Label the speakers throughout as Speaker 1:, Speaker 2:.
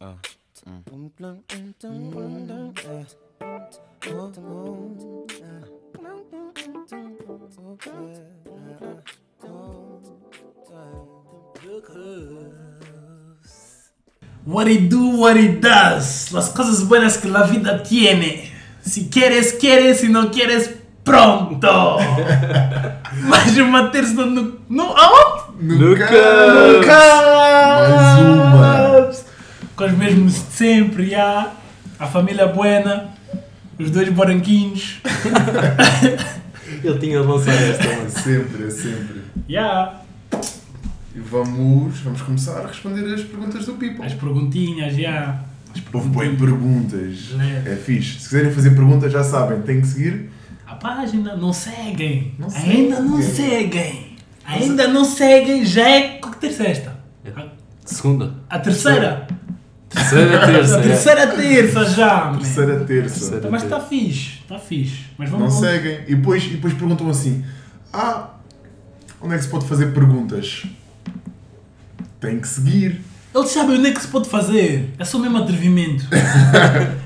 Speaker 1: Ah.
Speaker 2: What it do, what it does. Las cosas buenas que la vida tiene. Si quieres, quieres. Si no quieres, pronto. Mais uma terça no... no out.
Speaker 1: Nunca.
Speaker 2: Mais
Speaker 3: uma.
Speaker 2: Com os mesmos de sempre, já. A família buena. Os dois branquinhos.
Speaker 1: Ele tinha de lançar esta.
Speaker 3: É sempre, é sempre.
Speaker 2: Já.
Speaker 3: E vamos, vamos começar a responder as perguntas do People.
Speaker 2: As perguntinhas, já. As
Speaker 3: Houve bem perguntas.
Speaker 2: Leve.
Speaker 3: É fixe. Se quiserem fazer perguntas, já sabem, têm que seguir.
Speaker 2: A página não seguem.
Speaker 3: Não
Speaker 2: Ainda não
Speaker 3: seguem.
Speaker 2: seguem. Ainda não seguem. Já é co- que terça é esta? A-
Speaker 1: Segunda.
Speaker 2: A terceira.
Speaker 1: Terceira, terça. é.
Speaker 2: A terceira terça já. man.
Speaker 3: Terceira terça.
Speaker 1: Terceira.
Speaker 2: Mas está fixe. Está fixe. Mas
Speaker 3: Não
Speaker 2: vamos
Speaker 3: seguem. E depois, e depois perguntam assim: Ah, onde é que se pode fazer perguntas? Tem que seguir.
Speaker 2: Eles sabem onde é que se pode fazer. É só mesmo atrevimento.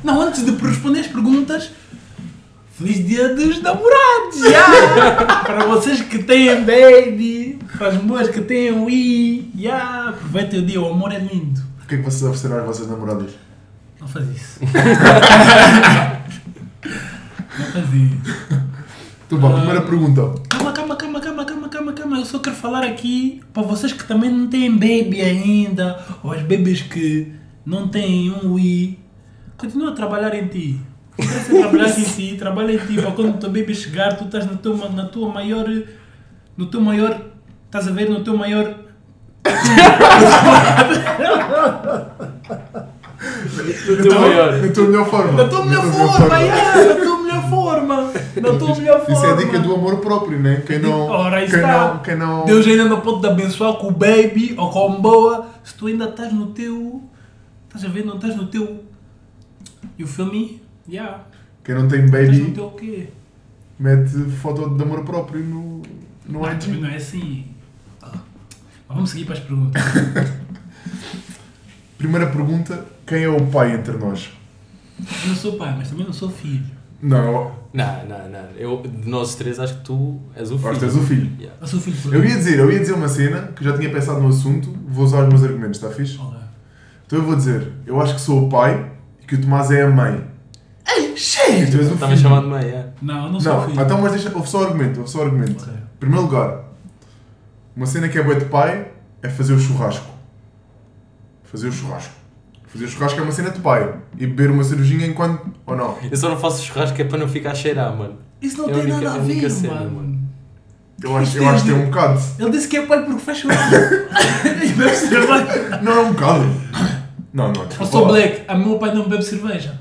Speaker 2: não, antes de responder as perguntas, feliz dia dos namorados! ya! Para vocês que têm baby, para as boas que têm Wii, ya! aproveitem o dia, o amor é lindo.
Speaker 3: O que é que vocês ofereceram às vossas namoradas?
Speaker 2: Não faz isso. não faz isso.
Speaker 3: Então,
Speaker 2: Ah.
Speaker 3: vá, primeira pergunta.
Speaker 2: Calma, calma, calma, calma, calma, calma, calma. Eu só quero falar aqui para vocês que também não têm baby ainda, ou as babies que não têm um Wii. Continua a trabalhar em ti. Começa a trabalhar em ti, trabalha em ti, para quando o teu baby chegar, tu estás na tua, na tua maior. No teu maior. Estás a ver? No teu maior.
Speaker 3: Então?
Speaker 1: Terceira. Muito é maior.
Speaker 3: Na tua melhor forma.
Speaker 2: Na tua melhor forma, yeah, na tua melhor forma. Na tua melhor forma.
Speaker 3: Isso é a dica do amor próprio, né? Quem não.
Speaker 2: Ora, aí
Speaker 3: quem
Speaker 2: está.
Speaker 3: não, quem não
Speaker 2: Deus ainda não pode te abençoar com o baby ou com a boa se tu ainda estás no teu. Estás a ver? Não estás no teu. E o filme? Yeah.
Speaker 3: Quem não tem
Speaker 2: Estás no
Speaker 3: baby,
Speaker 2: teu quê?
Speaker 3: mete foto de amor próprio no, no
Speaker 2: Não, também
Speaker 3: IG.
Speaker 2: não é assim. Mas vamos seguir para as perguntas.
Speaker 3: Primeira pergunta: quem é o pai entre nós?
Speaker 2: Eu não sou pai, mas também não sou filho.
Speaker 3: Não,
Speaker 1: Não, não, não. Eu, de nós três, acho que tu és o filho.
Speaker 3: agora tens o filho.
Speaker 1: Yeah.
Speaker 2: Eu sou filho por
Speaker 3: Eu ia dizer, eu ia dizer uma cena que eu já tinha pensado no assunto, vou usar os meus argumentos, está fixe? Então eu vou dizer: eu acho que sou o pai e que o Tomás é a mãe.
Speaker 2: Ei,
Speaker 3: E tu
Speaker 2: cheio!
Speaker 3: és o
Speaker 1: Estava
Speaker 3: filho.
Speaker 1: chamado de mãe, é.
Speaker 2: Não, eu não sou
Speaker 3: Não,
Speaker 2: filho.
Speaker 3: então mas deixa, houve só argumento, houve só argumento.
Speaker 2: Ok.
Speaker 3: Primeiro lugar, uma cena que é boa de pai é fazer o churrasco. Fazer o churrasco. Fazer o churrasco é uma cena de pai. E beber uma cervejinha enquanto. Ou não?
Speaker 1: Eu só não faço churrasco é para não ficar a cheirar, mano.
Speaker 2: Isso não
Speaker 1: é a
Speaker 2: tem
Speaker 1: única-
Speaker 2: nada a
Speaker 1: é a única
Speaker 2: ver,
Speaker 1: cena,
Speaker 2: mano.
Speaker 3: Eu acho, eu acho que é um bocado.
Speaker 2: Ele disse que é pai porque faz churrasco. E bebe cerveja.
Speaker 3: Não, é um bocado. Não,
Speaker 2: Eu
Speaker 3: é tipo não, desculpa.
Speaker 2: sou
Speaker 3: lá.
Speaker 2: black, a meu pai não bebe cerveja.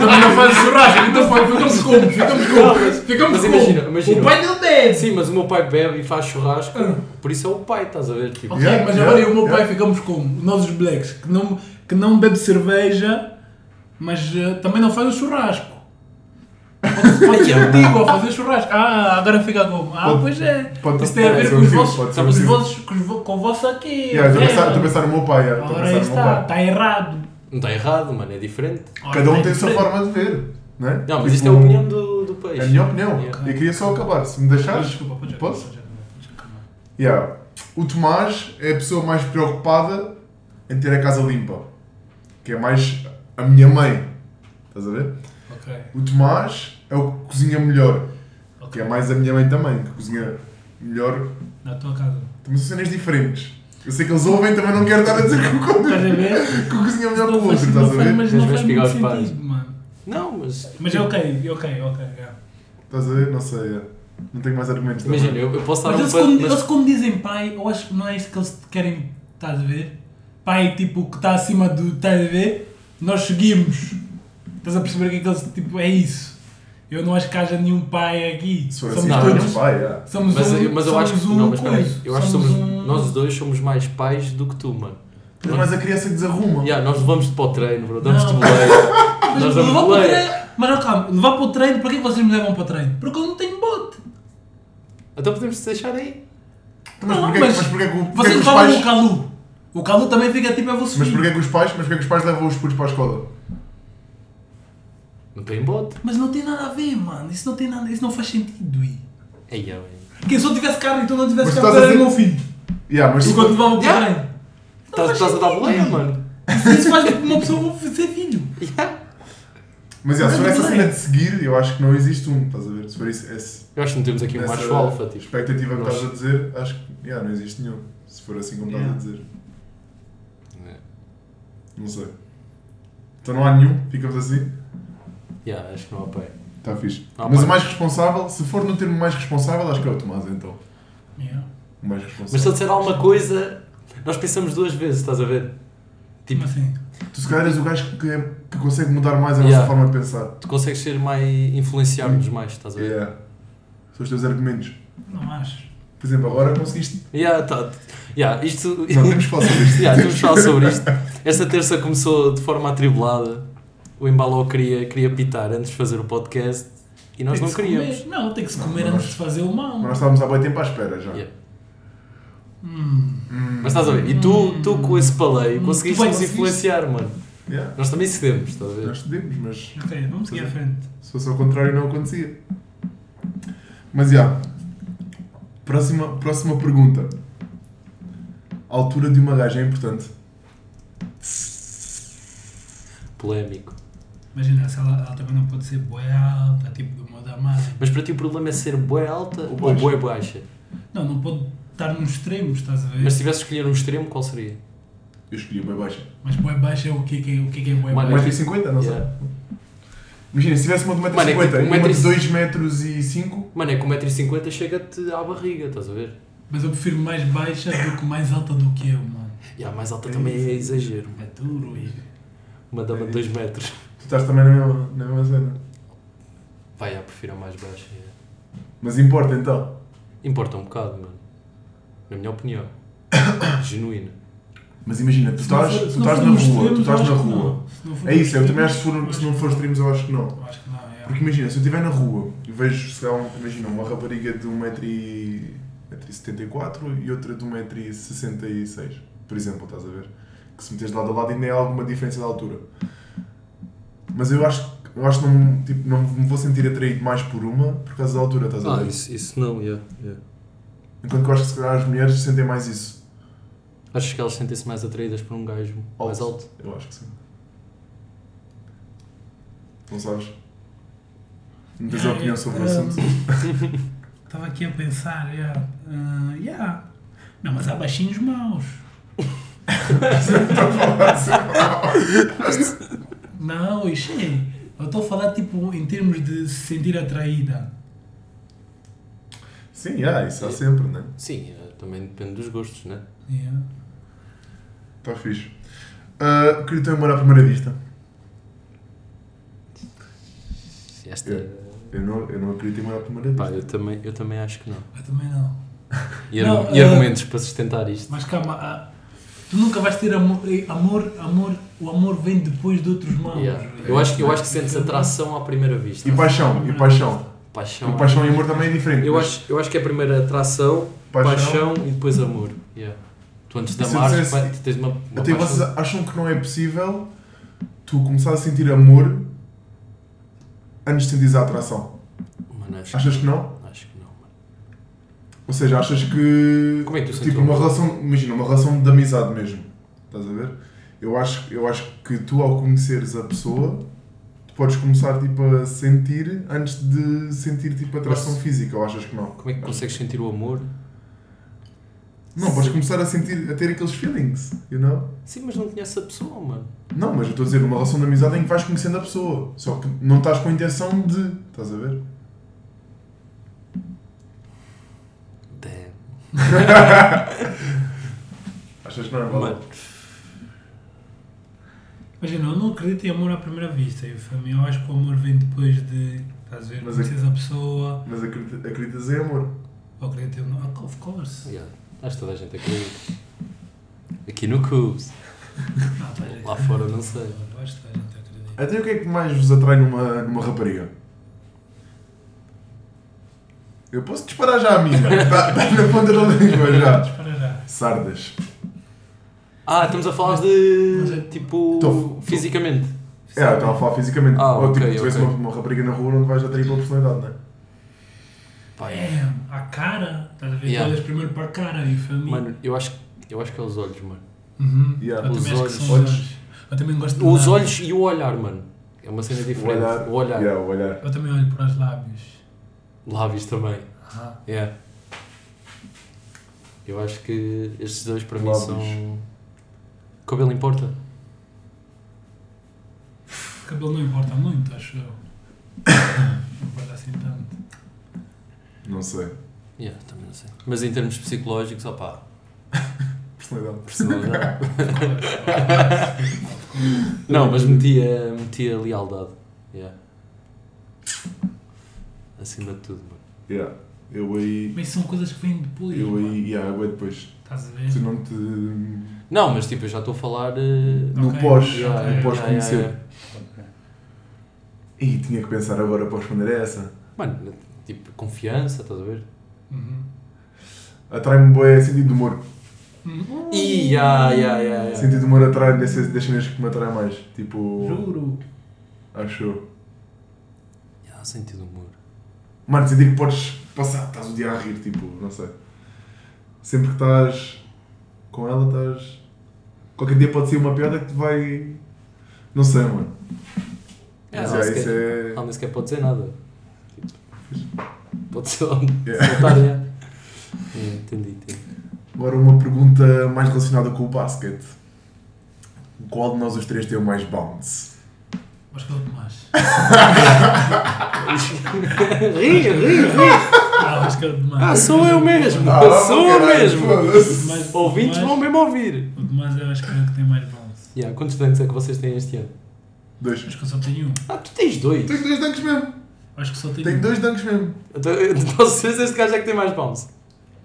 Speaker 4: Também não faz churrasco, então foi, ficamos como? Ficamos
Speaker 1: Não,
Speaker 4: como?
Speaker 1: mas-
Speaker 4: Ficamos
Speaker 1: mas
Speaker 4: como?
Speaker 1: imagina, imagina.
Speaker 4: O pai não bebe!
Speaker 1: Sim, mas o meu pai bebe e faz churrasco, por isso é o pai, estás a ver? Tipo,
Speaker 2: Ah. Ok,
Speaker 3: Yeah,
Speaker 2: mas
Speaker 3: yeah,
Speaker 2: agora eu e o meu pai
Speaker 3: yeah.
Speaker 2: ficamos como? Nós os blacks, que não, que não bebe cerveja, mas eh, também não faz o churrasco. Pode- Pode ser antigo a fazer churrasco. Ah, agora fica como? Ah,
Speaker 3: Pode-
Speaker 2: pois é.
Speaker 3: pode-
Speaker 2: Isso tem a
Speaker 3: pode
Speaker 2: ver
Speaker 3: ser
Speaker 2: com
Speaker 3: um
Speaker 2: os
Speaker 3: filme,
Speaker 2: vossos,
Speaker 3: pode ser
Speaker 2: com
Speaker 3: um
Speaker 2: os
Speaker 3: filme.
Speaker 2: vossos, com os vo- com o vosso aqui.
Speaker 3: Yeah, Estou a
Speaker 2: é, tá,
Speaker 3: pensar- estou a
Speaker 2: mano.
Speaker 3: pensar no meu pai. yeah, Estou a
Speaker 2: Agora
Speaker 3: pensar
Speaker 2: aí
Speaker 3: no meu
Speaker 2: está,
Speaker 3: pai.
Speaker 2: está errado.
Speaker 1: não está errado, mano, é diferente.
Speaker 3: Cada um
Speaker 2: Ora,
Speaker 3: tem a sua
Speaker 2: diferente.
Speaker 3: forma de ver. Não, é?
Speaker 1: Não, mas isto é a
Speaker 3: Tipo,
Speaker 1: opinião do, do peixe.
Speaker 3: É a minha opinião.
Speaker 1: Yeah.
Speaker 3: E queria só acabar. Se me deixares.
Speaker 2: Desculpa, pode
Speaker 3: Posso?
Speaker 2: pode pode acabar.
Speaker 3: Yeah. O Tomás é a pessoa mais preocupada em ter a casa limpa. Que é mais a minha mãe. Estás a ver?
Speaker 2: Ok.
Speaker 3: O Tomás é o que cozinha melhor. Que
Speaker 2: Ok.
Speaker 3: é mais a minha mãe também, que cozinha melhor.
Speaker 2: Na tua casa.
Speaker 3: Também são cenas diferentes. Eu sei que eles ouvem, também não quero estar a dizer que o
Speaker 2: Estás a
Speaker 3: outro-
Speaker 2: ver?
Speaker 3: que o cozinha melhor que
Speaker 2: Não
Speaker 3: o outro,
Speaker 2: faz,
Speaker 3: estás
Speaker 2: não
Speaker 3: a
Speaker 2: faz,
Speaker 3: ver?
Speaker 2: mas não faz
Speaker 1: Mas vais
Speaker 2: muito
Speaker 1: pegar os pais.
Speaker 2: sentido, mano.
Speaker 1: Não, mas.
Speaker 2: Mas é ok, ok, ok. é. yeah.
Speaker 3: Estás a ver? Não sei. é. Não tenho mais argumentos. tá também.
Speaker 1: Imagina, eu, eu posso estar
Speaker 2: Mas
Speaker 1: um
Speaker 2: eles,
Speaker 1: pa-
Speaker 2: quando,
Speaker 1: mas-
Speaker 2: eles quando dizem pai, eu acho que não é isso que eles querem, estás a ver? Pai, tipo, que está acima do, estás a ver? Nós seguimos. Estás a perceber que é que eles, tipo, é isso. Eu não acho que haja nenhum pai aqui.
Speaker 3: Se for
Speaker 2: Somos
Speaker 3: assim,
Speaker 1: não,
Speaker 3: não,
Speaker 2: todos.
Speaker 3: não vai. é.
Speaker 2: Somos
Speaker 1: Mas,
Speaker 2: um,
Speaker 1: mas eu
Speaker 2: somos
Speaker 1: acho que.
Speaker 2: um
Speaker 1: não, mas peraí,
Speaker 2: coisa.
Speaker 1: eu acho que somos.
Speaker 2: um-
Speaker 1: Nós os dois somos mais pais do que tu, mano.
Speaker 3: Tu és mais a criança que desarruma.
Speaker 1: Yeah, nós levamos-te para o treino, bro. Damos-te
Speaker 2: Não.
Speaker 1: boleia.
Speaker 2: Mas levar
Speaker 1: nós damos
Speaker 2: para o
Speaker 1: boleia.
Speaker 2: treino. Mas ó, calma, levar para o treino, para que é que vocês me levam para o treino? Porque eu não tenho bote.
Speaker 1: Então podemos te deixar aí.
Speaker 3: Mas
Speaker 2: Não,
Speaker 3: porquê,
Speaker 2: mas
Speaker 3: mas porquê que o- porquê que
Speaker 2: Vocês
Speaker 3: os
Speaker 2: levaram
Speaker 3: pais...
Speaker 2: o Calu. O calor também fica tipo, é vosso
Speaker 3: Mas
Speaker 2: filho.
Speaker 3: porquê que os pais, mas porquê é que os pais levam os putos para a escola?
Speaker 1: Não tem bote.
Speaker 2: Mas não tem nada a ver, mano. Isso não tem nada, isso não faz sentido. ui.
Speaker 1: Ei, eu, ei.
Speaker 2: Quem só tivesse carro e tu não tivesse
Speaker 3: Mas
Speaker 2: carro,
Speaker 3: estás a
Speaker 2: era
Speaker 3: dizer-
Speaker 2: meu filho.
Speaker 3: Yeah, mas
Speaker 2: Enquanto levava para o
Speaker 1: Yeah.
Speaker 2: trem.
Speaker 1: Estás estás a dar boleia, mano.
Speaker 2: Isso- Isso faz com que uma pessoa ser filho.
Speaker 3: Mas yeah, se for
Speaker 2: Mas
Speaker 3: essa
Speaker 2: não é.
Speaker 3: cena de seguir, eu acho que não existe um, estás a ver? Se for isso, esse,
Speaker 1: Eu acho que não temos aqui um
Speaker 3: essa
Speaker 1: macho alfa, tipo.
Speaker 3: expectativa que
Speaker 1: Nós-
Speaker 3: estás a dizer, acho que yeah, não existe nenhum. Se for assim como
Speaker 2: Yeah.
Speaker 3: estás a dizer, não sei. Então não há nenhum, ficamos assim,
Speaker 1: Yeah, acho que não há pai.
Speaker 3: está fixe.
Speaker 1: Ah,
Speaker 3: mas
Speaker 1: pá.
Speaker 3: o mais responsável, se for no termo mais responsável, acho que é o Tomás então.
Speaker 2: Yeah.
Speaker 3: O mais
Speaker 1: Mas se
Speaker 3: responsável.
Speaker 1: ele disser alguma coisa, nós pensamos duas vezes, estás a ver?
Speaker 2: Tipo
Speaker 1: Tipo,
Speaker 2: assim.
Speaker 3: Tu se calhar és o gajo que, é- que consegue mudar mais a
Speaker 1: Yeah.
Speaker 3: nossa forma de pensar.
Speaker 1: tu consegues ser mais. influenciar-nos mais, estás a ver?
Speaker 3: Yeah. São os teus argumentos.
Speaker 2: Não acho.
Speaker 3: Por exemplo, agora conseguiste.
Speaker 1: Yeah, tá. Yeah,
Speaker 3: Não,
Speaker 1: isto.
Speaker 3: temos que falar sobre isto.
Speaker 1: Yeah, temos de falar sobre isto. Esta terça começou de forma atribulada. O Embaló queria, queria pitar antes de fazer o podcast e nós
Speaker 2: Tem que
Speaker 1: não
Speaker 2: se
Speaker 1: queríamos.
Speaker 2: comer. Não, tem que se
Speaker 3: Não,
Speaker 2: comer
Speaker 3: não
Speaker 2: antes
Speaker 3: acho.
Speaker 2: de fazer o mal.
Speaker 3: Mas nós estávamos há bem tempo à espera já.
Speaker 1: Yeah.
Speaker 2: Hum.
Speaker 3: Hum.
Speaker 1: Mas estás a ver? E tu, tu com esse paleio
Speaker 2: Hum,
Speaker 1: conseguiste
Speaker 2: tu bem
Speaker 1: nos
Speaker 2: conseguiste.
Speaker 1: influenciar, mano.
Speaker 3: Yeah.
Speaker 1: Nós também cedemos, estás a ver?
Speaker 3: Nós cedemos, mas
Speaker 2: Ok, vamos seguir à frente.
Speaker 3: se fosse ao contrário não acontecia. Mas já. Próxima, próxima pergunta. A altura de uma gaja é importante.
Speaker 1: Polémico.
Speaker 2: Imagina, se ela, ela também não pode ser boa alta, tipo do modo amado.
Speaker 1: Mas para ti o problema é ser boa alta ou
Speaker 3: Ou
Speaker 1: boa
Speaker 3: baixa.
Speaker 1: baixa?
Speaker 2: Não, não pode estar nos extremos, estás a ver?
Speaker 1: Mas se tivesse de escolher um extremo, qual seria?
Speaker 3: Eu escolhi bem baixa.
Speaker 2: Mas boa baixa é o que é que é, o que é, que é boa
Speaker 1: Mano,
Speaker 2: baixa?
Speaker 3: 1,50m, não sei.
Speaker 1: Yeah.
Speaker 3: Imagina, se tivesse uma de 1,50m
Speaker 1: Mano, é que tipo,
Speaker 3: e uma de
Speaker 1: 1,50m.
Speaker 3: 2,05m.
Speaker 1: Mano, é que com 1,50m chega-te à barriga, estás a ver?
Speaker 2: Mas eu prefiro mais baixa do que mais alta do que eu, mano.
Speaker 1: E a mais alta também é exagero.
Speaker 2: É duro e.
Speaker 1: Uma dama de 2 metros.
Speaker 3: Tu estás também na mesma, na mesma cena.
Speaker 1: Vai, eu prefiro a mais baixa. yeah.
Speaker 3: Mas importa então.
Speaker 1: Importa um bocado, mano. Na minha opinião. Genuíno.
Speaker 3: Mas imagina, tu
Speaker 2: Se não
Speaker 3: estás,
Speaker 2: for-
Speaker 3: tu
Speaker 2: se não
Speaker 3: estás
Speaker 2: for
Speaker 3: na
Speaker 2: nos
Speaker 3: rua, tu
Speaker 2: extremos, eu
Speaker 3: estás
Speaker 2: acho
Speaker 3: na
Speaker 2: que não.
Speaker 3: rua.
Speaker 2: Se não for
Speaker 3: É
Speaker 2: nos
Speaker 3: isso, eu também acho que se
Speaker 2: extremos,
Speaker 3: for, se não for streams eu acho que não.
Speaker 2: eu Acho que não, é.
Speaker 3: Porque imagina, se eu estiver na rua e vejo, sei lá, um- imagina, uma rapariga de 1,74m e outra de 1,66m, por exemplo, estás a ver? Que se meteres de lado a lado ainda é alguma diferença de altura. Mas eu acho, que- eu acho que não, tipo, não me vou sentir atraído mais por uma por causa da altura, estás a ver?
Speaker 1: Ah, isso, isso não, yeah, yeah.
Speaker 3: Enquanto que eu acho que se calhar as mulheres sentem mais isso.
Speaker 1: Achas que elas sentem-se mais atraídas por um gajo mais alto?
Speaker 3: Eu acho que sim. Não sabes? Não tens
Speaker 2: Ah,
Speaker 3: opinião
Speaker 2: eu-
Speaker 3: sobre o
Speaker 2: ah,
Speaker 3: assunto?
Speaker 2: Estava aqui a pensar, yeah. Ah, yeah. Não, mas há baixinhos maus. Não, isso é. Eu estou a falar tipo em termos de se sentir atraída.
Speaker 3: Sim, yeah, isso há sempre, né?
Speaker 1: Sim, yeah, também depende dos gostos, né?
Speaker 2: Yeah.
Speaker 3: Está Tá fixe. Ah, queria ter um amor à primeira vista.
Speaker 1: Esta.
Speaker 3: Eu não, eu não acredito em amor à primeira vista.
Speaker 1: Pá, eu também, eu também acho que não.
Speaker 2: Eu também não.
Speaker 1: E,
Speaker 2: Não,
Speaker 1: argu- e
Speaker 2: eh,
Speaker 1: argumentos para sustentar isto.
Speaker 2: Mas calma, ah, tu nunca vais ter amor, eh, amor, amor, o amor vem depois de outros maus.
Speaker 1: Yeah. Eu, acho, que- eu acho que sentes atração à primeira vista.
Speaker 3: E paixão,
Speaker 1: Hum,
Speaker 3: e paixão.
Speaker 1: Paixão.
Speaker 3: Porque paixão e amor também é diferente.
Speaker 1: Eu
Speaker 3: mas
Speaker 1: acho, eu acho que é primeiro atração, paixão, e depois amor. Yeah. Tu antes de
Speaker 3: E se eu
Speaker 1: amar,
Speaker 3: dissesse-
Speaker 1: pá, tu tens uma, é uma
Speaker 3: Até
Speaker 1: paixão.
Speaker 3: vocês acham que não é possível tu começar a sentir amor antes de sentires a atração?
Speaker 1: Mano, acho,
Speaker 3: Achas que não?
Speaker 1: acho que não, mano.
Speaker 3: Ou seja, achas que.
Speaker 1: Como é que tu sentes
Speaker 3: Tipo, uma relação. Imagina, uma relação de amizade mesmo. Estás a ver? Eu acho, eu acho que tu, ao conheceres a pessoa, tu podes começar tipo, a sentir antes de sentir tipo, atração
Speaker 1: Mas-
Speaker 3: física, ou achas que não?
Speaker 1: Como é que consegues sentir o amor?
Speaker 3: Não, podes começar a sentir, a ter aqueles feelings, you know?
Speaker 1: Sim, mas não conheces a pessoa, mano.
Speaker 3: Não, mas eu estou a dizer, uma relação de amizade em que vais conhecendo a pessoa, só que não estás com a intenção de. Estás a ver?
Speaker 1: Damn.
Speaker 3: Achas que não é
Speaker 1: Mano,
Speaker 3: válido?
Speaker 2: Imagina, eu não acredito em amor à primeira vista. Eu, para mim, eu acho que o amor vem depois de. Estás a ver?
Speaker 3: Mas é-
Speaker 2: Conheces a pessoa.
Speaker 3: Mas acredita- acreditas em amor.
Speaker 2: Eu acredito em. Ah, Of course.
Speaker 1: yeah, acho que toda a gente acredita. Aqui no Cubes.
Speaker 2: Ah, tá, gente.
Speaker 1: Lá fora, não sei.
Speaker 2: Eu acho que a gente acredita.
Speaker 3: Até o que é que mais vos atrai numa, numa rapariga? Eu posso né? tá disparar já a minha. Está tá na ponta da língua já.
Speaker 2: Disparará.
Speaker 3: Sardas.
Speaker 1: Ah, estamos a falar de.
Speaker 2: Mas- é-
Speaker 1: Tipo.
Speaker 3: Tô-
Speaker 1: fisicamente.
Speaker 3: É, eu estava a falar fisicamente.
Speaker 1: Ah,
Speaker 3: Ou tipo,
Speaker 1: ok,
Speaker 3: tu vês
Speaker 1: ok.
Speaker 3: uma, uma rapariga na rua, não vais dar tripla personalidade, não é?
Speaker 1: Pá,
Speaker 2: É, a cara, estás a ver?
Speaker 1: Yeah.
Speaker 2: Tu olhas primeiro para a cara e família.
Speaker 1: Mano, eu acho, eu acho que é os olhos, mano.
Speaker 2: Uhum.
Speaker 3: Yeah.
Speaker 2: Eu
Speaker 1: Os
Speaker 2: também acho que são os
Speaker 1: olhos.
Speaker 2: olhos. Eu também gosto de
Speaker 1: Os
Speaker 2: lábios.
Speaker 1: olhos e o olhar, mano. É uma cena diferente. O olhar.
Speaker 3: Yeah, o olhar.
Speaker 2: Eu também olho para os lábios.
Speaker 1: Lábios também.
Speaker 2: Ah,
Speaker 1: Yeah. Eu acho que estes dois para
Speaker 3: Lábios.
Speaker 1: mim são. Cabelo importa?
Speaker 2: o cabelo não importa muito, acho eu. Não importa assim tanto.
Speaker 3: Não sei.
Speaker 1: Yeah, também não sei. Mas em termos psicológicos, opá,
Speaker 3: Personalidade.
Speaker 1: personalidade.
Speaker 2: Of course.
Speaker 1: não, mas metia, metia lealdade. Yeah. Acima de tudo, mano.
Speaker 3: Yeah. Eu aí.
Speaker 2: Mas são coisas que vêm depois.
Speaker 3: Eu
Speaker 2: mano.
Speaker 3: aí. Yeah, eu aí depois.
Speaker 2: Estás a
Speaker 3: Se
Speaker 2: ver?
Speaker 3: não te.
Speaker 1: Não, mas tipo, eu já estou a falar. eh,
Speaker 3: No
Speaker 2: Ok.
Speaker 3: pós.
Speaker 1: Yeah,
Speaker 3: no
Speaker 1: yeah,
Speaker 3: pós
Speaker 1: yeah,
Speaker 3: conhecer.
Speaker 1: yeah.
Speaker 3: E tinha que pensar agora para responder a essa.
Speaker 1: Mano, tipo, confiança, estás a ver?
Speaker 2: Uhum.
Speaker 3: Atrai-me bem sentido de humor.
Speaker 2: Uhum.
Speaker 1: Ih, yeah, yeah, yeah, yeah.
Speaker 3: Sentido de humor atrai-me dessas das cenas que me atrai mais. Tipo.
Speaker 2: Juro.
Speaker 3: Acho eu.
Speaker 1: Yeah, sentido do humor.
Speaker 3: Mano, sentir que podes passar, estás o dia a rir, tipo, não sei. Sempre que estás com ela, estás. Qualquer dia pode ser uma piada que te vai. Não sei, mano.
Speaker 1: É,
Speaker 3: Mas
Speaker 1: ela
Speaker 3: é,
Speaker 1: sequer-
Speaker 3: isso é.
Speaker 1: ela nem sequer pode dizer nada. Pode ser um lá
Speaker 3: Yeah.
Speaker 1: soltar, yeah. Yeah, É, Entendi, entendi.
Speaker 3: Agora uma pergunta mais relacionada com o basquete. Qual de nós os três tem o mais bounce?
Speaker 2: Mas que é o Tomás.
Speaker 1: ri, ri, ri.
Speaker 2: Ah, mas que é o Tomás.
Speaker 1: Ah, sou eu mesmo. sou eu mesmo.
Speaker 2: Mas-
Speaker 1: Ouvintes
Speaker 2: mas-
Speaker 1: vão mesmo ouvir.
Speaker 2: O Tomás eu acho que é o que tem mais bounce.
Speaker 1: Yeah, quantos dentes é que vocês têm este ano?
Speaker 3: Dois.
Speaker 2: Acho que eu só tenho um.
Speaker 1: Ah, tu tens dois.
Speaker 3: Tenho dois dunks mesmo.
Speaker 2: Acho que só tenho
Speaker 3: Tenho
Speaker 2: um.
Speaker 3: dois dunks mesmo.
Speaker 1: Então, De vocês, este gajo é que tem mais bounce.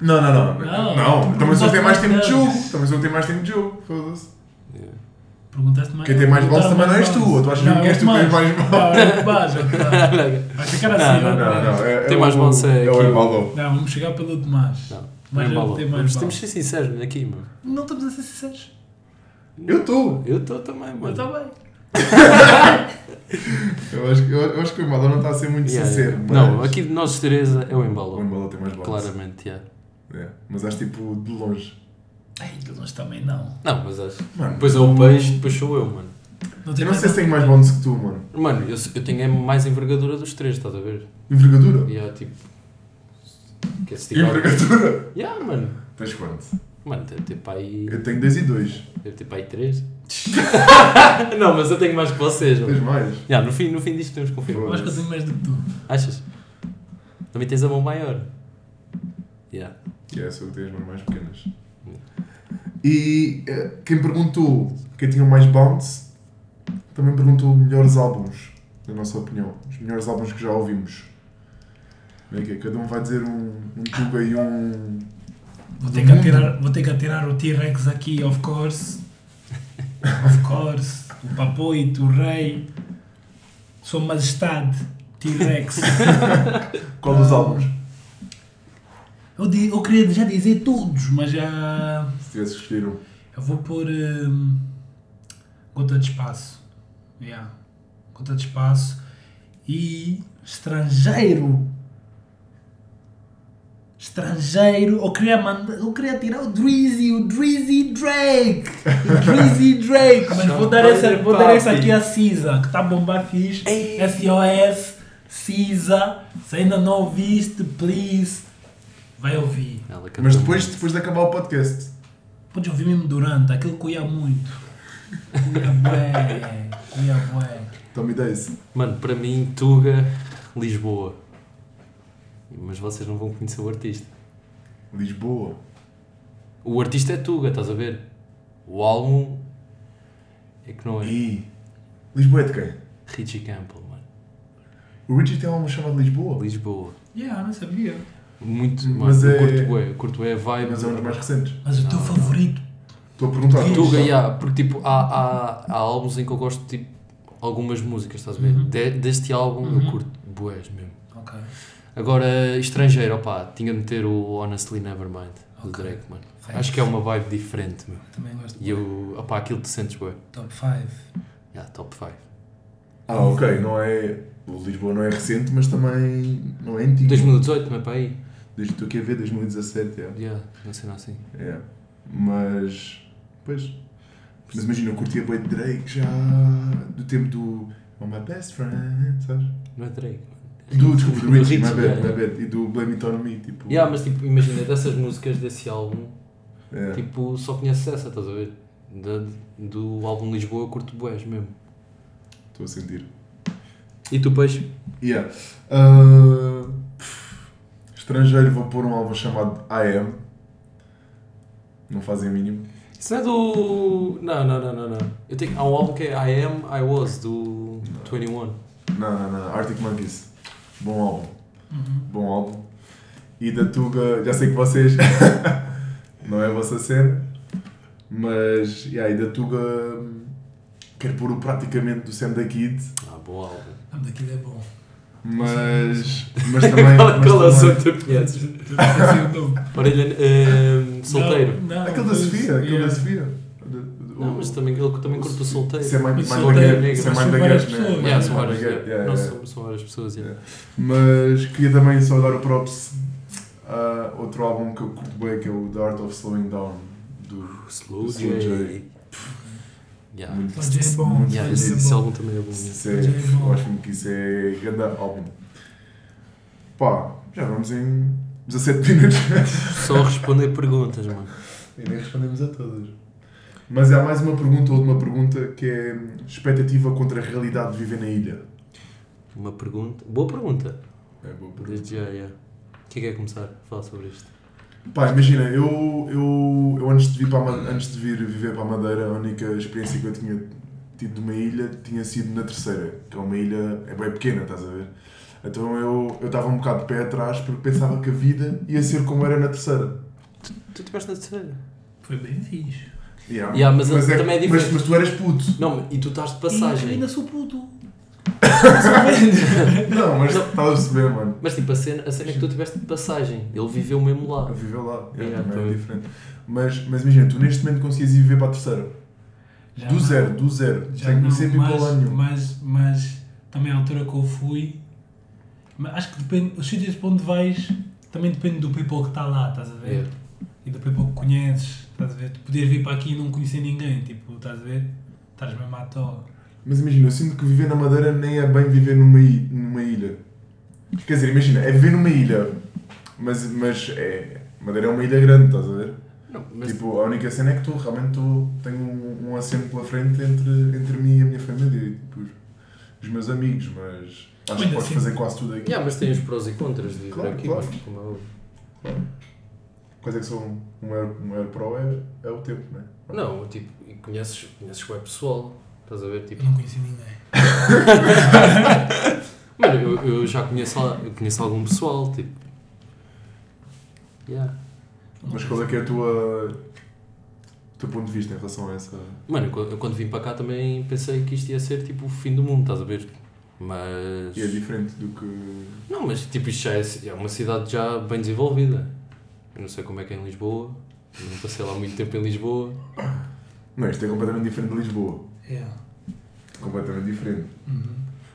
Speaker 3: Não, não, não.
Speaker 2: Não.
Speaker 3: Também sou o que tem mais
Speaker 2: Não.
Speaker 3: tempo de jogo. Também sou o que tem mais tempo de jogo. Foda-se.
Speaker 2: Perguntaste mais.
Speaker 3: Quem tem mais
Speaker 2: perguntaram
Speaker 3: bolas também não és
Speaker 2: bolas.
Speaker 3: tu, ou tu achas mesmo que
Speaker 2: é
Speaker 3: és tu que tens mais
Speaker 2: Tomás.
Speaker 3: bolas?
Speaker 2: Não, é o Tomás, é o Tomás. Vai ficar assim,
Speaker 1: Ah, Não,
Speaker 2: ó,
Speaker 3: Não,
Speaker 2: Tomás.
Speaker 3: não, é,
Speaker 1: Tem
Speaker 3: é
Speaker 1: mais
Speaker 3: o-
Speaker 1: bounce é
Speaker 3: É o
Speaker 1: aqui.
Speaker 3: Evaldo.
Speaker 2: Não, vamos chegar pelo Tomás.
Speaker 1: Não, não
Speaker 2: Mas ele
Speaker 1: embala.
Speaker 2: tem
Speaker 1: Vamos-
Speaker 2: mais
Speaker 1: Temos de
Speaker 2: bolas.
Speaker 1: ser sinceros aqui, mano.
Speaker 2: Não estamos a ser sinceros.
Speaker 3: Eu estou.
Speaker 1: Eu estou também,
Speaker 2: Mas
Speaker 1: mano.
Speaker 2: está bem.
Speaker 3: Eu acho, que- eu, eu acho que o Evaldo não está a ser muito
Speaker 1: Yeah,
Speaker 3: sincero.
Speaker 1: yeah.
Speaker 3: Mas... Um
Speaker 1: Não, aqui de nós três é o
Speaker 3: O
Speaker 1: embalo.
Speaker 3: Evaldo tem mais bolas.
Speaker 1: Claramente, yeah.
Speaker 3: É, Mas acho tipo de longe.
Speaker 2: Ai, de longe também não.
Speaker 1: Não, mas acho.
Speaker 3: Mano,
Speaker 1: Depois é o peixe, depois sou eu, mano.
Speaker 2: tem
Speaker 3: eu não
Speaker 2: mais
Speaker 3: sei se
Speaker 2: bolas.
Speaker 3: tenho mais bolas que tu, mano.
Speaker 1: Mano, eu, eu tenho a mais envergadura dos três, estás a ver?
Speaker 3: Envergadura?
Speaker 1: E há tipo. Que é se tiver.
Speaker 3: Envergadura?
Speaker 1: Yeah, mano.
Speaker 3: Tens quanto?
Speaker 1: Mano, deve ter para aí.
Speaker 3: Eu tenho dois e dois.
Speaker 1: Deve ter para aí três. não, mas eu tenho mais que vocês,
Speaker 3: Tens
Speaker 1: mano.
Speaker 3: mais?
Speaker 1: Yeah, no, fim, no fim disto temos que confirmar.
Speaker 2: Eu acho que eu tenho mais do que tu.
Speaker 1: Achas? Também tens a mão maior. Yeah.
Speaker 3: Yeah, é, sou eu que tenho as mãos mais pequenas. E eh, quem perguntou quem tinha mais bounce também perguntou melhores álbuns, na nossa opinião. Os melhores álbuns que já ouvimos. Como é que é? Cada um vai dizer um, um tuba e um.
Speaker 2: Vou
Speaker 3: Do
Speaker 2: ter, que
Speaker 3: mundo.
Speaker 2: atirar, vou ter que atirar o T-Rex aqui, of course. Of course. O Papoito, o Rei. Sua Majestade, T-Rex.
Speaker 3: Qual dos álbuns?
Speaker 2: Eu, di- eu queria já dizer todos, mas já.
Speaker 3: Se tivesse que escolher um.
Speaker 2: Eu vou pôr. hum, gota de Espaço. Yeah. Gota de Espaço. E. Estrangeiro! Estrangeiro! Eu queria, mandar, eu queria tirar o Drizzy, o Drizzy Drake! O Drizzy Drake! Mas vou dar, essa, vou dar essa aqui a Cisa, que tá a bombar fixe.
Speaker 1: Ei.
Speaker 2: SOS, Cisa. Se ainda não ouviste, please. Vai ouvir.
Speaker 1: Ela canta
Speaker 3: Mas depois,
Speaker 1: muito.
Speaker 3: depois de acabar o podcast.
Speaker 2: Podes ouvir mesmo durante, aquilo que eu ia muito. Ia bué, ia bué.
Speaker 3: Tome ideia esse.
Speaker 1: Mano, para mim, Tuga, Lisboa. Mas vocês não vão conhecer o artista.
Speaker 3: Lisboa.
Speaker 1: O artista é Tuga, estás a ver? O álbum é que não é.
Speaker 3: E. Lisboa é de quem?
Speaker 1: Richie Campbell, mano.
Speaker 3: O Richie tem um álbum chamado Lisboa.
Speaker 1: Lisboa.
Speaker 2: Yeah, não sabia.
Speaker 1: Muito,
Speaker 3: Mas
Speaker 1: mano.
Speaker 3: é-
Speaker 1: Eu curto bué, eu curto bué a vibe.
Speaker 3: Mas é um dos mais recentes.
Speaker 2: Mas o
Speaker 1: Ah,
Speaker 2: teu favorito?
Speaker 3: Estou a perguntar.
Speaker 1: Tuga, yeah, porque tipo, há, há, há álbuns em que eu gosto de tipo, algumas músicas, estás a ver? De- deste álbum eu curto bués mesmo.
Speaker 2: Ok.
Speaker 1: Agora, estrangeiro, opá, tinha de meter o Honestly Nevermind, do
Speaker 2: Ok.
Speaker 1: Drake, mano. Acho que é uma vibe diferente, meu.
Speaker 2: Também gosto.
Speaker 1: E eu, opá, aquilo te sentes bué.
Speaker 2: Top 5.
Speaker 1: Yeah, top 5.
Speaker 3: Ah, ok, não é. O Lisboa não é recente, mas também não é
Speaker 1: Uhum.
Speaker 3: antigo.
Speaker 1: 2018, meu pai.
Speaker 3: Desde que estou aqui a ver, 2017, é.
Speaker 1: Yeah, não sei não assim.
Speaker 3: É. Mas. Pois. Mas imagina, eu curtia bem de Drake já. do tempo do. Oh, my best friend, sabes?
Speaker 1: Não é Drake.
Speaker 3: Do, desculpa, do
Speaker 1: Do
Speaker 3: Richie,
Speaker 1: Richie,
Speaker 3: my bad,
Speaker 1: yeah.
Speaker 3: my bad. E do Blame It On Me, tipo.
Speaker 1: Yeah, mas tipo, imagina, dessas músicas desse álbum,
Speaker 3: é.
Speaker 1: tipo, só conheces essa, estás a ver? Da- do álbum Lisboa, eu curto boés mesmo.
Speaker 3: Estou a sentir.
Speaker 1: E tu, peixe?
Speaker 3: Yeah. Ah, pff, estrangeiro, vou pôr um álbum chamado I Am. Não fazem mínimo.
Speaker 1: Isso não é do. Não, não, não, não. não. Eu tenho... Há um álbum que é I Am, I Was, do 21.
Speaker 3: Não, não, não. Arctic Monkeys. Bom álbum.
Speaker 2: Uhum.
Speaker 3: Bom álbum. E da Tuga, já sei que vocês. não é a vossa cena. Mas. Yeah, e da Tuga. hum, Quero pôr o praticamente do Sam da Kid.
Speaker 1: Ah, bom álbum.
Speaker 2: Nome daquilo é bom.
Speaker 3: Mas. Mas também.
Speaker 1: Qual, qual é o
Speaker 3: mas também
Speaker 1: som que tu conheces?
Speaker 2: Esqueci é assim o nome.
Speaker 1: Orelha. ehm, solteiro.
Speaker 2: Não, não,
Speaker 3: aquele da
Speaker 2: mas-
Speaker 3: Sofia. Aquele da
Speaker 2: yeah.
Speaker 3: Sofia. Do-
Speaker 1: Não,
Speaker 3: do-
Speaker 1: mas também, ele também curte o solteiro.
Speaker 3: Isso é mais
Speaker 2: Mas
Speaker 3: mais
Speaker 2: solteiro é
Speaker 3: da
Speaker 1: negro,
Speaker 3: Isso é
Speaker 1: mas
Speaker 3: mais
Speaker 2: são
Speaker 3: da
Speaker 2: várias
Speaker 3: guerra,
Speaker 2: pessoas.
Speaker 3: né?
Speaker 1: Yeah,
Speaker 3: Mais
Speaker 1: são
Speaker 3: da
Speaker 1: várias,
Speaker 3: guerra,
Speaker 1: yeah.
Speaker 3: yeah,
Speaker 1: Não,
Speaker 3: yeah.
Speaker 1: são- são várias pessoas. yeah.
Speaker 3: Mas queria também só dar o props a outro álbum que eu curto bem, que é o The Art of Slowing Down, do
Speaker 1: Slow
Speaker 3: Slow
Speaker 1: J.
Speaker 3: J.
Speaker 1: Yeah.
Speaker 3: muito-
Speaker 2: Slow J é bom,
Speaker 3: muito-
Speaker 2: Slow
Speaker 1: Yeah, esse,
Speaker 2: J é
Speaker 1: esse
Speaker 2: bom.
Speaker 1: álbum também é bom. yeah.
Speaker 3: Isso é,
Speaker 2: J é bom.
Speaker 3: eu acho que isso é grande álbum. Pá, já vamos em 17 minutos
Speaker 1: Só responder perguntas, mano.
Speaker 3: e nem respondemos a todas. Mas há mais uma pergunta, ou uma pergunta que é expectativa contra a realidade de viver na ilha.
Speaker 1: Uma pergunta. Boa pergunta.
Speaker 3: É boa pergunta.
Speaker 1: Desde já, yeah. Quem quer é começar a falar sobre isto?
Speaker 3: Pá, imagina, eu, eu, eu antes, de vir para a, Ma- antes de vir viver para a Madeira, a única experiência que eu tinha tido de uma ilha tinha sido na terceira, que é uma ilha, é bem pequena, estás a ver? Então eu eu estava um bocado de pé atrás porque pensava que a vida ia ser como era na terceira.
Speaker 1: Tu estiveste na terceira.
Speaker 2: Foi bem fixe.
Speaker 3: Yeah.
Speaker 1: Yeah, mas também é diferente.
Speaker 3: Mas, mas tu eras puto.
Speaker 1: Não, e tu estás de
Speaker 2: E,
Speaker 1: passagem.
Speaker 2: ainda sou puto.
Speaker 3: Não, mas
Speaker 1: Não.
Speaker 3: estás a perceber, mano.
Speaker 1: Mas tipo, a cena, a cena é que tu tiveste de passagem. Ele viveu mesmo lá.
Speaker 3: Eu viveu lá, yeah,
Speaker 1: Ah. Yeah,
Speaker 3: também é
Speaker 1: também.
Speaker 3: diferente. Mas, mas imagina, tu neste momento conseguias ir viver para a terceira.
Speaker 2: Já
Speaker 3: do
Speaker 2: não.
Speaker 3: zero, do zero.
Speaker 2: Já
Speaker 3: Sem
Speaker 2: não,
Speaker 3: conhecer people lá
Speaker 2: mas,
Speaker 3: nenhum.
Speaker 2: mas, mas também é a altura que eu fui, mas acho que depende, os sítios para onde vais também depende do people que está lá, estás a ver?
Speaker 1: Yeah.
Speaker 2: E do people que conheces, estás a ver? Tu podias vir para aqui e não conhecer ninguém, tipo, estás a ver? Estás mesmo à toa.
Speaker 3: Mas imagina, eu sinto que viver na Madeira nem é bem viver numa, i- numa ilha. Quer dizer, imagina, é viver numa ilha, mas, mas é. Madeira é uma ilha grande, estás a ver?
Speaker 1: Não, mas
Speaker 3: Tipo, a única cena é que tu realmente tu, tenho um, um acento pela frente entre, entre mim e a minha família e tipo, os, os meus amigos, mas acho que
Speaker 2: Ainda
Speaker 3: podes
Speaker 2: assim.
Speaker 3: fazer quase tudo aqui.
Speaker 1: Tipo, Yeah, mas tem os prós e contras de viver
Speaker 3: Claro,
Speaker 1: aqui,
Speaker 3: claro.
Speaker 1: mano, como é óbvio.
Speaker 3: Quais é que são o maior, o maior pro é, é o tempo, não é?
Speaker 1: Não, tipo, e conheces, conheces web pessoal. Estás a ver? Tipo,
Speaker 2: Eu não conheci ninguém.
Speaker 1: mano, eu, eu já conheço, al- eu conheço algum pessoal, tipo. Yeah.
Speaker 3: Mas qual é que é a tua. o teu ponto de vista em relação a essa.
Speaker 1: Mano, eu quando- eu quando vim para cá também pensei que isto ia ser tipo o fim do mundo, estás a ver? Mas.
Speaker 3: E é diferente do que.
Speaker 1: Não, mas tipo, isto já é, é uma cidade já bem desenvolvida. Eu não sei como é que é em Lisboa, eu não passei lá muito tempo em Lisboa.
Speaker 3: Não, isto é completamente diferente de Lisboa.
Speaker 2: Yeah.
Speaker 3: Completamente diferente.
Speaker 2: Uhum.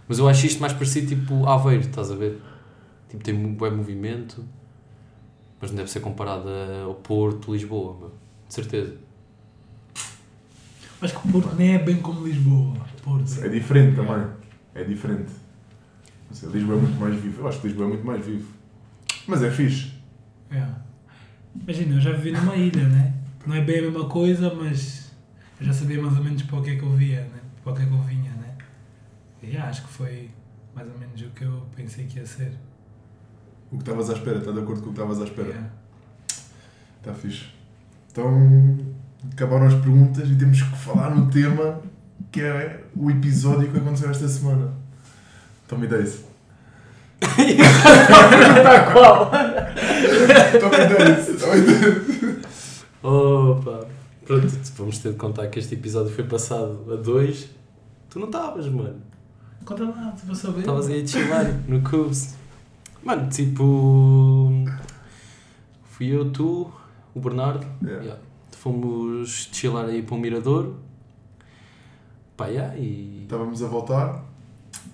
Speaker 1: Mas eu acho isto mais parecido tipo Aveiro, estás a ver? Tipo, tem um bom movimento, mas não deve ser comparado a- ao Porto, Lisboa, meu. de certeza.
Speaker 2: Acho que Porto nem é bem como Lisboa. Porto.
Speaker 3: É diferente também. É diferente. Não sei, Lisboa é muito mais vivo. Eu acho que Lisboa é muito mais vivo. Mas é fixe.
Speaker 2: Yeah. É. Imagina, eu já vivi numa ilha, né? Não é bem a mesma coisa, mas eu já sabia mais ou menos para o que é que eu via, né? Para o que é que eu vinha, né? E yeah, acho que foi mais ou menos o que eu pensei que ia ser.
Speaker 3: O que estavas à espera, está de acordo com o que estavas à espera.
Speaker 2: Yeah.
Speaker 3: Está Tá fixe. Então, acabaram as perguntas e temos que falar no tema que é o episódio que aconteceu esta semana. Então me dá isso.
Speaker 1: Está qual?
Speaker 3: Então me dá isso. Então me dá isso.
Speaker 1: Opa! Pronto, vamos ter de contar que este episódio foi passado a dois. Tu não estavas, mano.
Speaker 2: Conta lá, tu vou saber.
Speaker 1: Estavas aí a chilar no Cubes. Mano, tipo. Fui eu, tu, o Bernardo.
Speaker 3: Yeah.
Speaker 1: yeah. Fomos chilar aí para o Mirador. Pá, yeah, e.
Speaker 3: Estávamos a voltar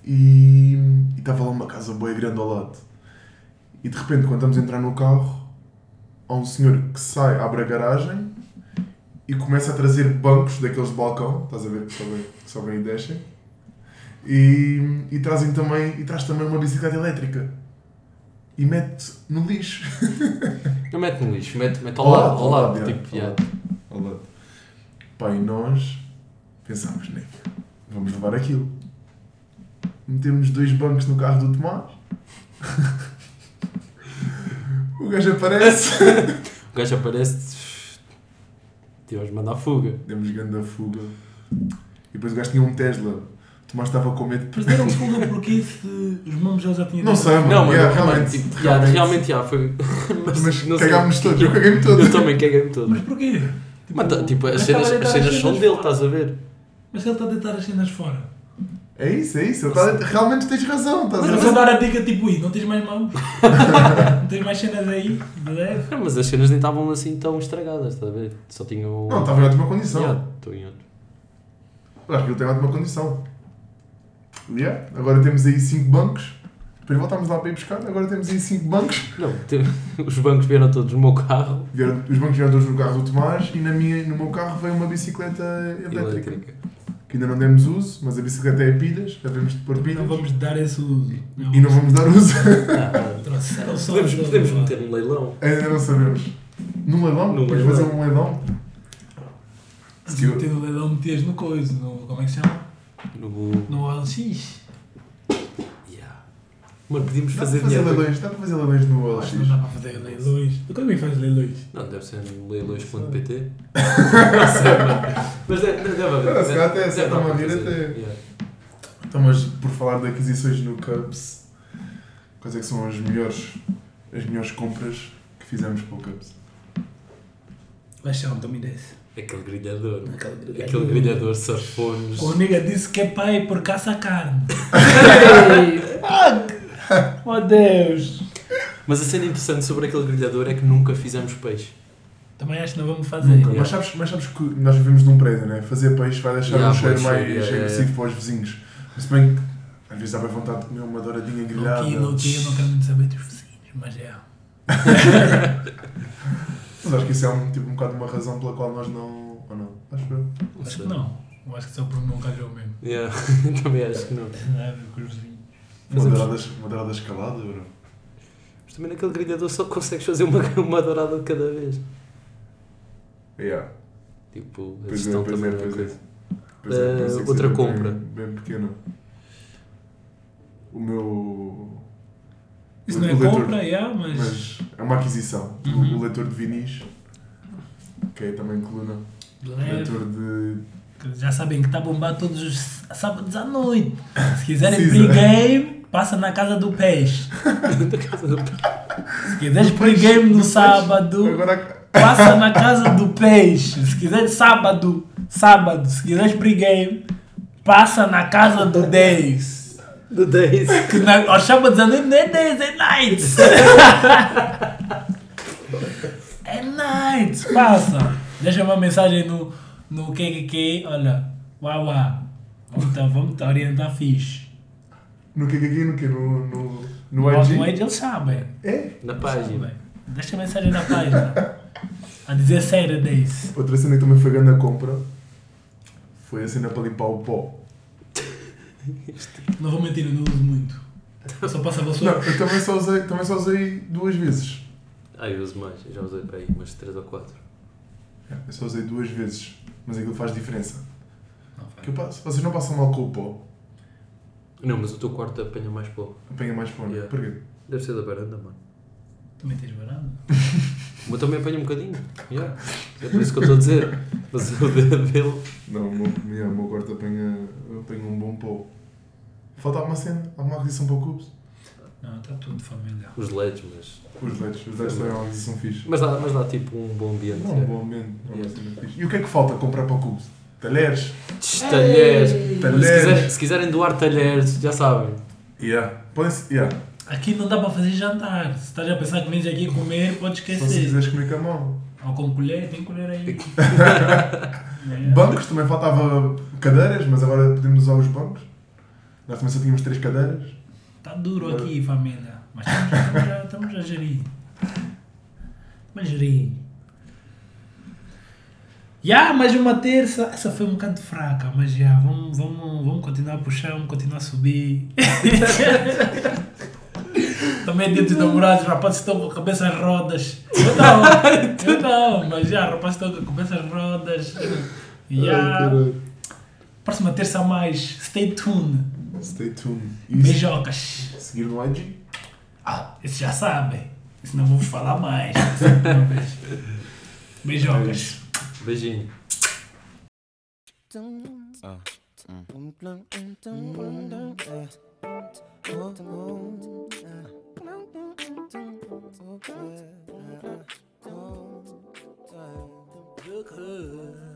Speaker 3: e e estava lá uma casa boa grande ao lado. E de repente, quando estamos a entrar no carro, há um senhor que sai, abre a garagem e começa a trazer bancos daqueles de balcão, estás a ver que sobem, que sobem e descem. E, e trazem também, e traz também uma bicicleta elétrica. E mete no lixo.
Speaker 1: Não mete no lixo, mete, mete ao lado, ao lado,
Speaker 3: yeah,
Speaker 1: tipo,
Speaker 3: ao
Speaker 1: yeah.
Speaker 3: lado, ao lado. Pá, e nós pensámos, né? Vamos levar aquilo. Metemos dois bancos no carro do Tomás. o gajo aparece.
Speaker 1: O gajo aparece. Tivemos mandar fuga.
Speaker 3: Demos grande a fuga. E depois o gajo tinha um Tesla. O Tomás estava com medo.
Speaker 2: Mas deram fuga porque se os mãos já tinham.
Speaker 3: Não sei, mano.
Speaker 1: Não, mas
Speaker 3: Yeah,
Speaker 1: eu-
Speaker 3: realmente,
Speaker 1: tipo,
Speaker 3: realmente.
Speaker 1: yeah, realmente, yeah, foi.
Speaker 3: Mas
Speaker 1: não sei.
Speaker 3: cagámos todos. Eu caguei-me todo.
Speaker 1: Eu também caguei-me todo.
Speaker 2: Mas porquê? Tipo,
Speaker 1: Mas, tá, tipo, as
Speaker 2: mas
Speaker 1: cenas,
Speaker 2: estava a deitar
Speaker 1: as cenas
Speaker 3: assim
Speaker 1: são dele,
Speaker 2: fora.
Speaker 1: estás a ver?
Speaker 2: Mas ele está a deitar as cenas fora.
Speaker 3: É isso, é isso. Ele tá- realmente tens razão. tá Estás
Speaker 2: Mas
Speaker 3: a
Speaker 2: eu
Speaker 3: ver?
Speaker 2: vou dar a dica tipo, "Ih, não tens mais mãos? não tens mais cenas aí? Beleza?
Speaker 1: Ah, mas as cenas nem estavam assim tão estragadas, estás a ver? Só tinham.
Speaker 3: Não, estava em ótima condição.
Speaker 1: Yeah, estou em outro.
Speaker 3: Eu Acho que ele tem ótima condição. Yeah. Agora temos aí 5 bancos. Depois voltámos lá para ir buscar. Agora temos aí 5 bancos.
Speaker 1: Não, te- os bancos vieram todos no meu carro.
Speaker 3: Vieram- Os bancos vieram todos no carro do Tomás e na minha, no meu carro veio uma bicicleta elétrica.
Speaker 1: Elétrica.
Speaker 3: Que ainda não demos uso, mas a bicicleta é a pilhas. Devemos de pôr pilhas.
Speaker 2: Não vamos dar esse uso.
Speaker 3: E não vamos dar uso.
Speaker 1: Ah,
Speaker 2: Trouxeram só.
Speaker 1: podemos,
Speaker 2: aquele
Speaker 1: podemos
Speaker 2: lá.
Speaker 1: meter no leilão.
Speaker 3: ainda não sabemos. Num leilão?
Speaker 1: Num
Speaker 3: Vamos
Speaker 1: leilão.
Speaker 3: fazer um leilão?
Speaker 2: Se meter no leilão, metias no coisa. No, como é que se chama?
Speaker 1: No.
Speaker 2: No OLX.
Speaker 1: Yeah. Mano, podíamos
Speaker 3: Dá para
Speaker 1: fazer
Speaker 3: fazer
Speaker 1: dinheiro.
Speaker 3: leilões, dá para fazer leilões no OLX.
Speaker 2: Acho que não dá para fazer leilões. Tu também fazes leilões.
Speaker 1: Não, deve ser no leilões.pt. Não sei, mano. Mas deve, deve haver.
Speaker 3: Não, se calhar até-
Speaker 1: deve-
Speaker 3: se calhar
Speaker 1: deve dar
Speaker 3: está-me a
Speaker 1: para
Speaker 3: vir
Speaker 1: fazer.
Speaker 3: até.
Speaker 1: Yeah.
Speaker 3: Então, mas por falar de aquisições no Cubs, quais é que são as melhores, as melhores compras que fizemos para o Cubs?
Speaker 2: Vai chamar um também desse.
Speaker 1: Aquele grelhador.
Speaker 2: Aquele grelhador.
Speaker 1: Aquele grelhador, safones.
Speaker 2: O nega disse que é pai por caça a carne. oh Deus!
Speaker 1: Mas a cena interessante sobre aquele grelhador é que nunca fizemos peixe.
Speaker 2: Também acho que não vamos fazer.
Speaker 1: Nunca. Yeah.
Speaker 3: Mas, sabes, mas sabes que nós vivemos num prédio, né? Fazer peixe vai deixar
Speaker 1: Yeah,
Speaker 3: um cheiro
Speaker 1: pois,
Speaker 3: mais
Speaker 1: yeah, yeah,
Speaker 3: agressivo para os vizinhos. Mas se bem que às vezes dá bem vontade de comer uma douradinha
Speaker 2: Não,
Speaker 3: grelhada.
Speaker 2: que, não, que, eu não quero muito saber dos vizinhos, mas é.
Speaker 3: Mas acho que isso é um, tipo, um bocado uma razão pela qual nós não. Ou não? Acho que eu.
Speaker 2: Acho que não. Eu acho que só por não calhou mesmo.
Speaker 1: Yeah, também acho que não.
Speaker 2: Não tem nada a ver com os vizinhos.
Speaker 3: Uma
Speaker 1: Fazemos-
Speaker 3: dourada, uma dourada escalada, bro.
Speaker 1: Mas também naquele grelhador só consegues fazer uma, uma dourada de cada vez.
Speaker 3: Yeah.
Speaker 1: Tipo, a
Speaker 3: Pois é,
Speaker 1: gestão
Speaker 3: pois
Speaker 1: também
Speaker 3: é,
Speaker 1: não é
Speaker 3: pois
Speaker 1: coisa.
Speaker 3: é. Pois é,
Speaker 1: Eh,
Speaker 3: pois é que seja
Speaker 1: outra
Speaker 3: bem-
Speaker 1: compra.
Speaker 3: Bem pequena. O meu.
Speaker 2: Isso
Speaker 3: O-
Speaker 2: não
Speaker 3: o
Speaker 2: é
Speaker 3: leitor-
Speaker 2: compra, yeah, mas.
Speaker 3: Mas é uma aquisição. O-
Speaker 2: Uhum.
Speaker 3: O leitor de vinis, que é também coluna.
Speaker 1: É.
Speaker 2: leve.
Speaker 3: Leitor de.
Speaker 2: Já sabem que está a bombar todos os sábados à noite. Se quiserem
Speaker 3: Precisa.
Speaker 2: pre-game, passa na casa do PES.
Speaker 1: Da casa do peixe.
Speaker 2: Se quiseres
Speaker 3: Do PES,
Speaker 2: pre-game
Speaker 3: do
Speaker 2: no
Speaker 3: PES.
Speaker 2: sábado,
Speaker 3: Agora.
Speaker 2: passa na casa do peixe. Se quiser sábado, sábado, se quiseres pregame, passa na casa do 10.
Speaker 1: Do 10.
Speaker 2: Que na, aos sábados à noite não é 10, é nights. é nights, passa. Deixa uma mensagem no, no QQQ, olha, uau, uau. Vamos tá, vamos tá orientar fixe.
Speaker 3: No que aqui, no que? No, no, no
Speaker 2: Mas
Speaker 3: IG?
Speaker 2: No Edge eles sabem.
Speaker 3: É?
Speaker 1: Na
Speaker 2: sabem.
Speaker 1: página.
Speaker 2: Deixa a mensagem na página. A dizer sério, 10.
Speaker 3: Outra cena que também foi grande a compra foi a cena para limpar o pó.
Speaker 2: Não vou mentir, eu não uso muito. Eu só passo a
Speaker 3: Não,
Speaker 2: vassoura.
Speaker 3: eu também só usei, também só usei duas vezes.
Speaker 1: Ah, eu uso mais. Eu já usei para aí umas 3 ou 4.
Speaker 3: É, Eu só usei duas vezes. Mas aquilo faz diferença.
Speaker 2: Não,
Speaker 3: Que eu passo, vocês não passam mal com o pó.
Speaker 1: Não, mas o teu quarto apanha mais pó.
Speaker 3: Apanha mais pó, né?
Speaker 1: Yeah.
Speaker 3: Porquê?
Speaker 1: Deve ser da varanda, mano.
Speaker 2: Também tens varanda?
Speaker 1: O meu também apanha um bocadinho. Yeah. É por isso que eu estou a dizer. Mas o de- dele.
Speaker 3: Não, o meu, yeah, o meu quarto apanha, apanha um bom pó. Falta alguma cena, alguma aquisição para o Cubs?
Speaker 2: Não, está tudo familiar.
Speaker 1: Os LEDs, mas.
Speaker 3: Os LEDs, os LEDs também é uma aquisição fixe.
Speaker 1: Mas dá, mas dá tipo um bom ambiente.
Speaker 3: Não,
Speaker 1: é.
Speaker 3: um bom ambiente, é uma
Speaker 1: Yeah.
Speaker 3: cena fixe. E o que é que falta comprar para o Cubs? Talheres?
Speaker 1: Talheres. Mano, Se,
Speaker 3: Talheres.
Speaker 1: quiserem, se quiserem doar talheres, já sabem.
Speaker 3: Yeah. Podem se- yeah.
Speaker 2: Aqui não dá para fazer jantar. Se estás a pensar que vens aqui comer, pode
Speaker 3: Só se
Speaker 2: esquecer.
Speaker 3: quiseres comer com a mão.
Speaker 2: Ou com colher, tem colher aí. É.
Speaker 3: Bancos também faltava cadeiras, mas agora podemos usar os bancos. Nós também só tínhamos três cadeiras.
Speaker 2: Tá duro aqui, família. Mas estamos já, estamos já gerir. Mas gerir. Já, mais uma terça. Essa foi um bocado fraca, mas já, vamos, vamos, vamos continuar a puxar, vamos continuar a subir. Também dentro dos namorados, rapazes estão com a cabeça às rodas. Eu não, eu não, mas já, rapazes estão com a cabeça às rodas. Já. Próxima terça a mais, stay tuned.
Speaker 3: Stay tuned. E se-
Speaker 2: Beijocas.
Speaker 3: seguir no IG?
Speaker 2: Ah, esses já sabem. Isso não vamos falar mais. Não, beijo. Beijocas.
Speaker 1: Beijinho.
Speaker 5: Look good.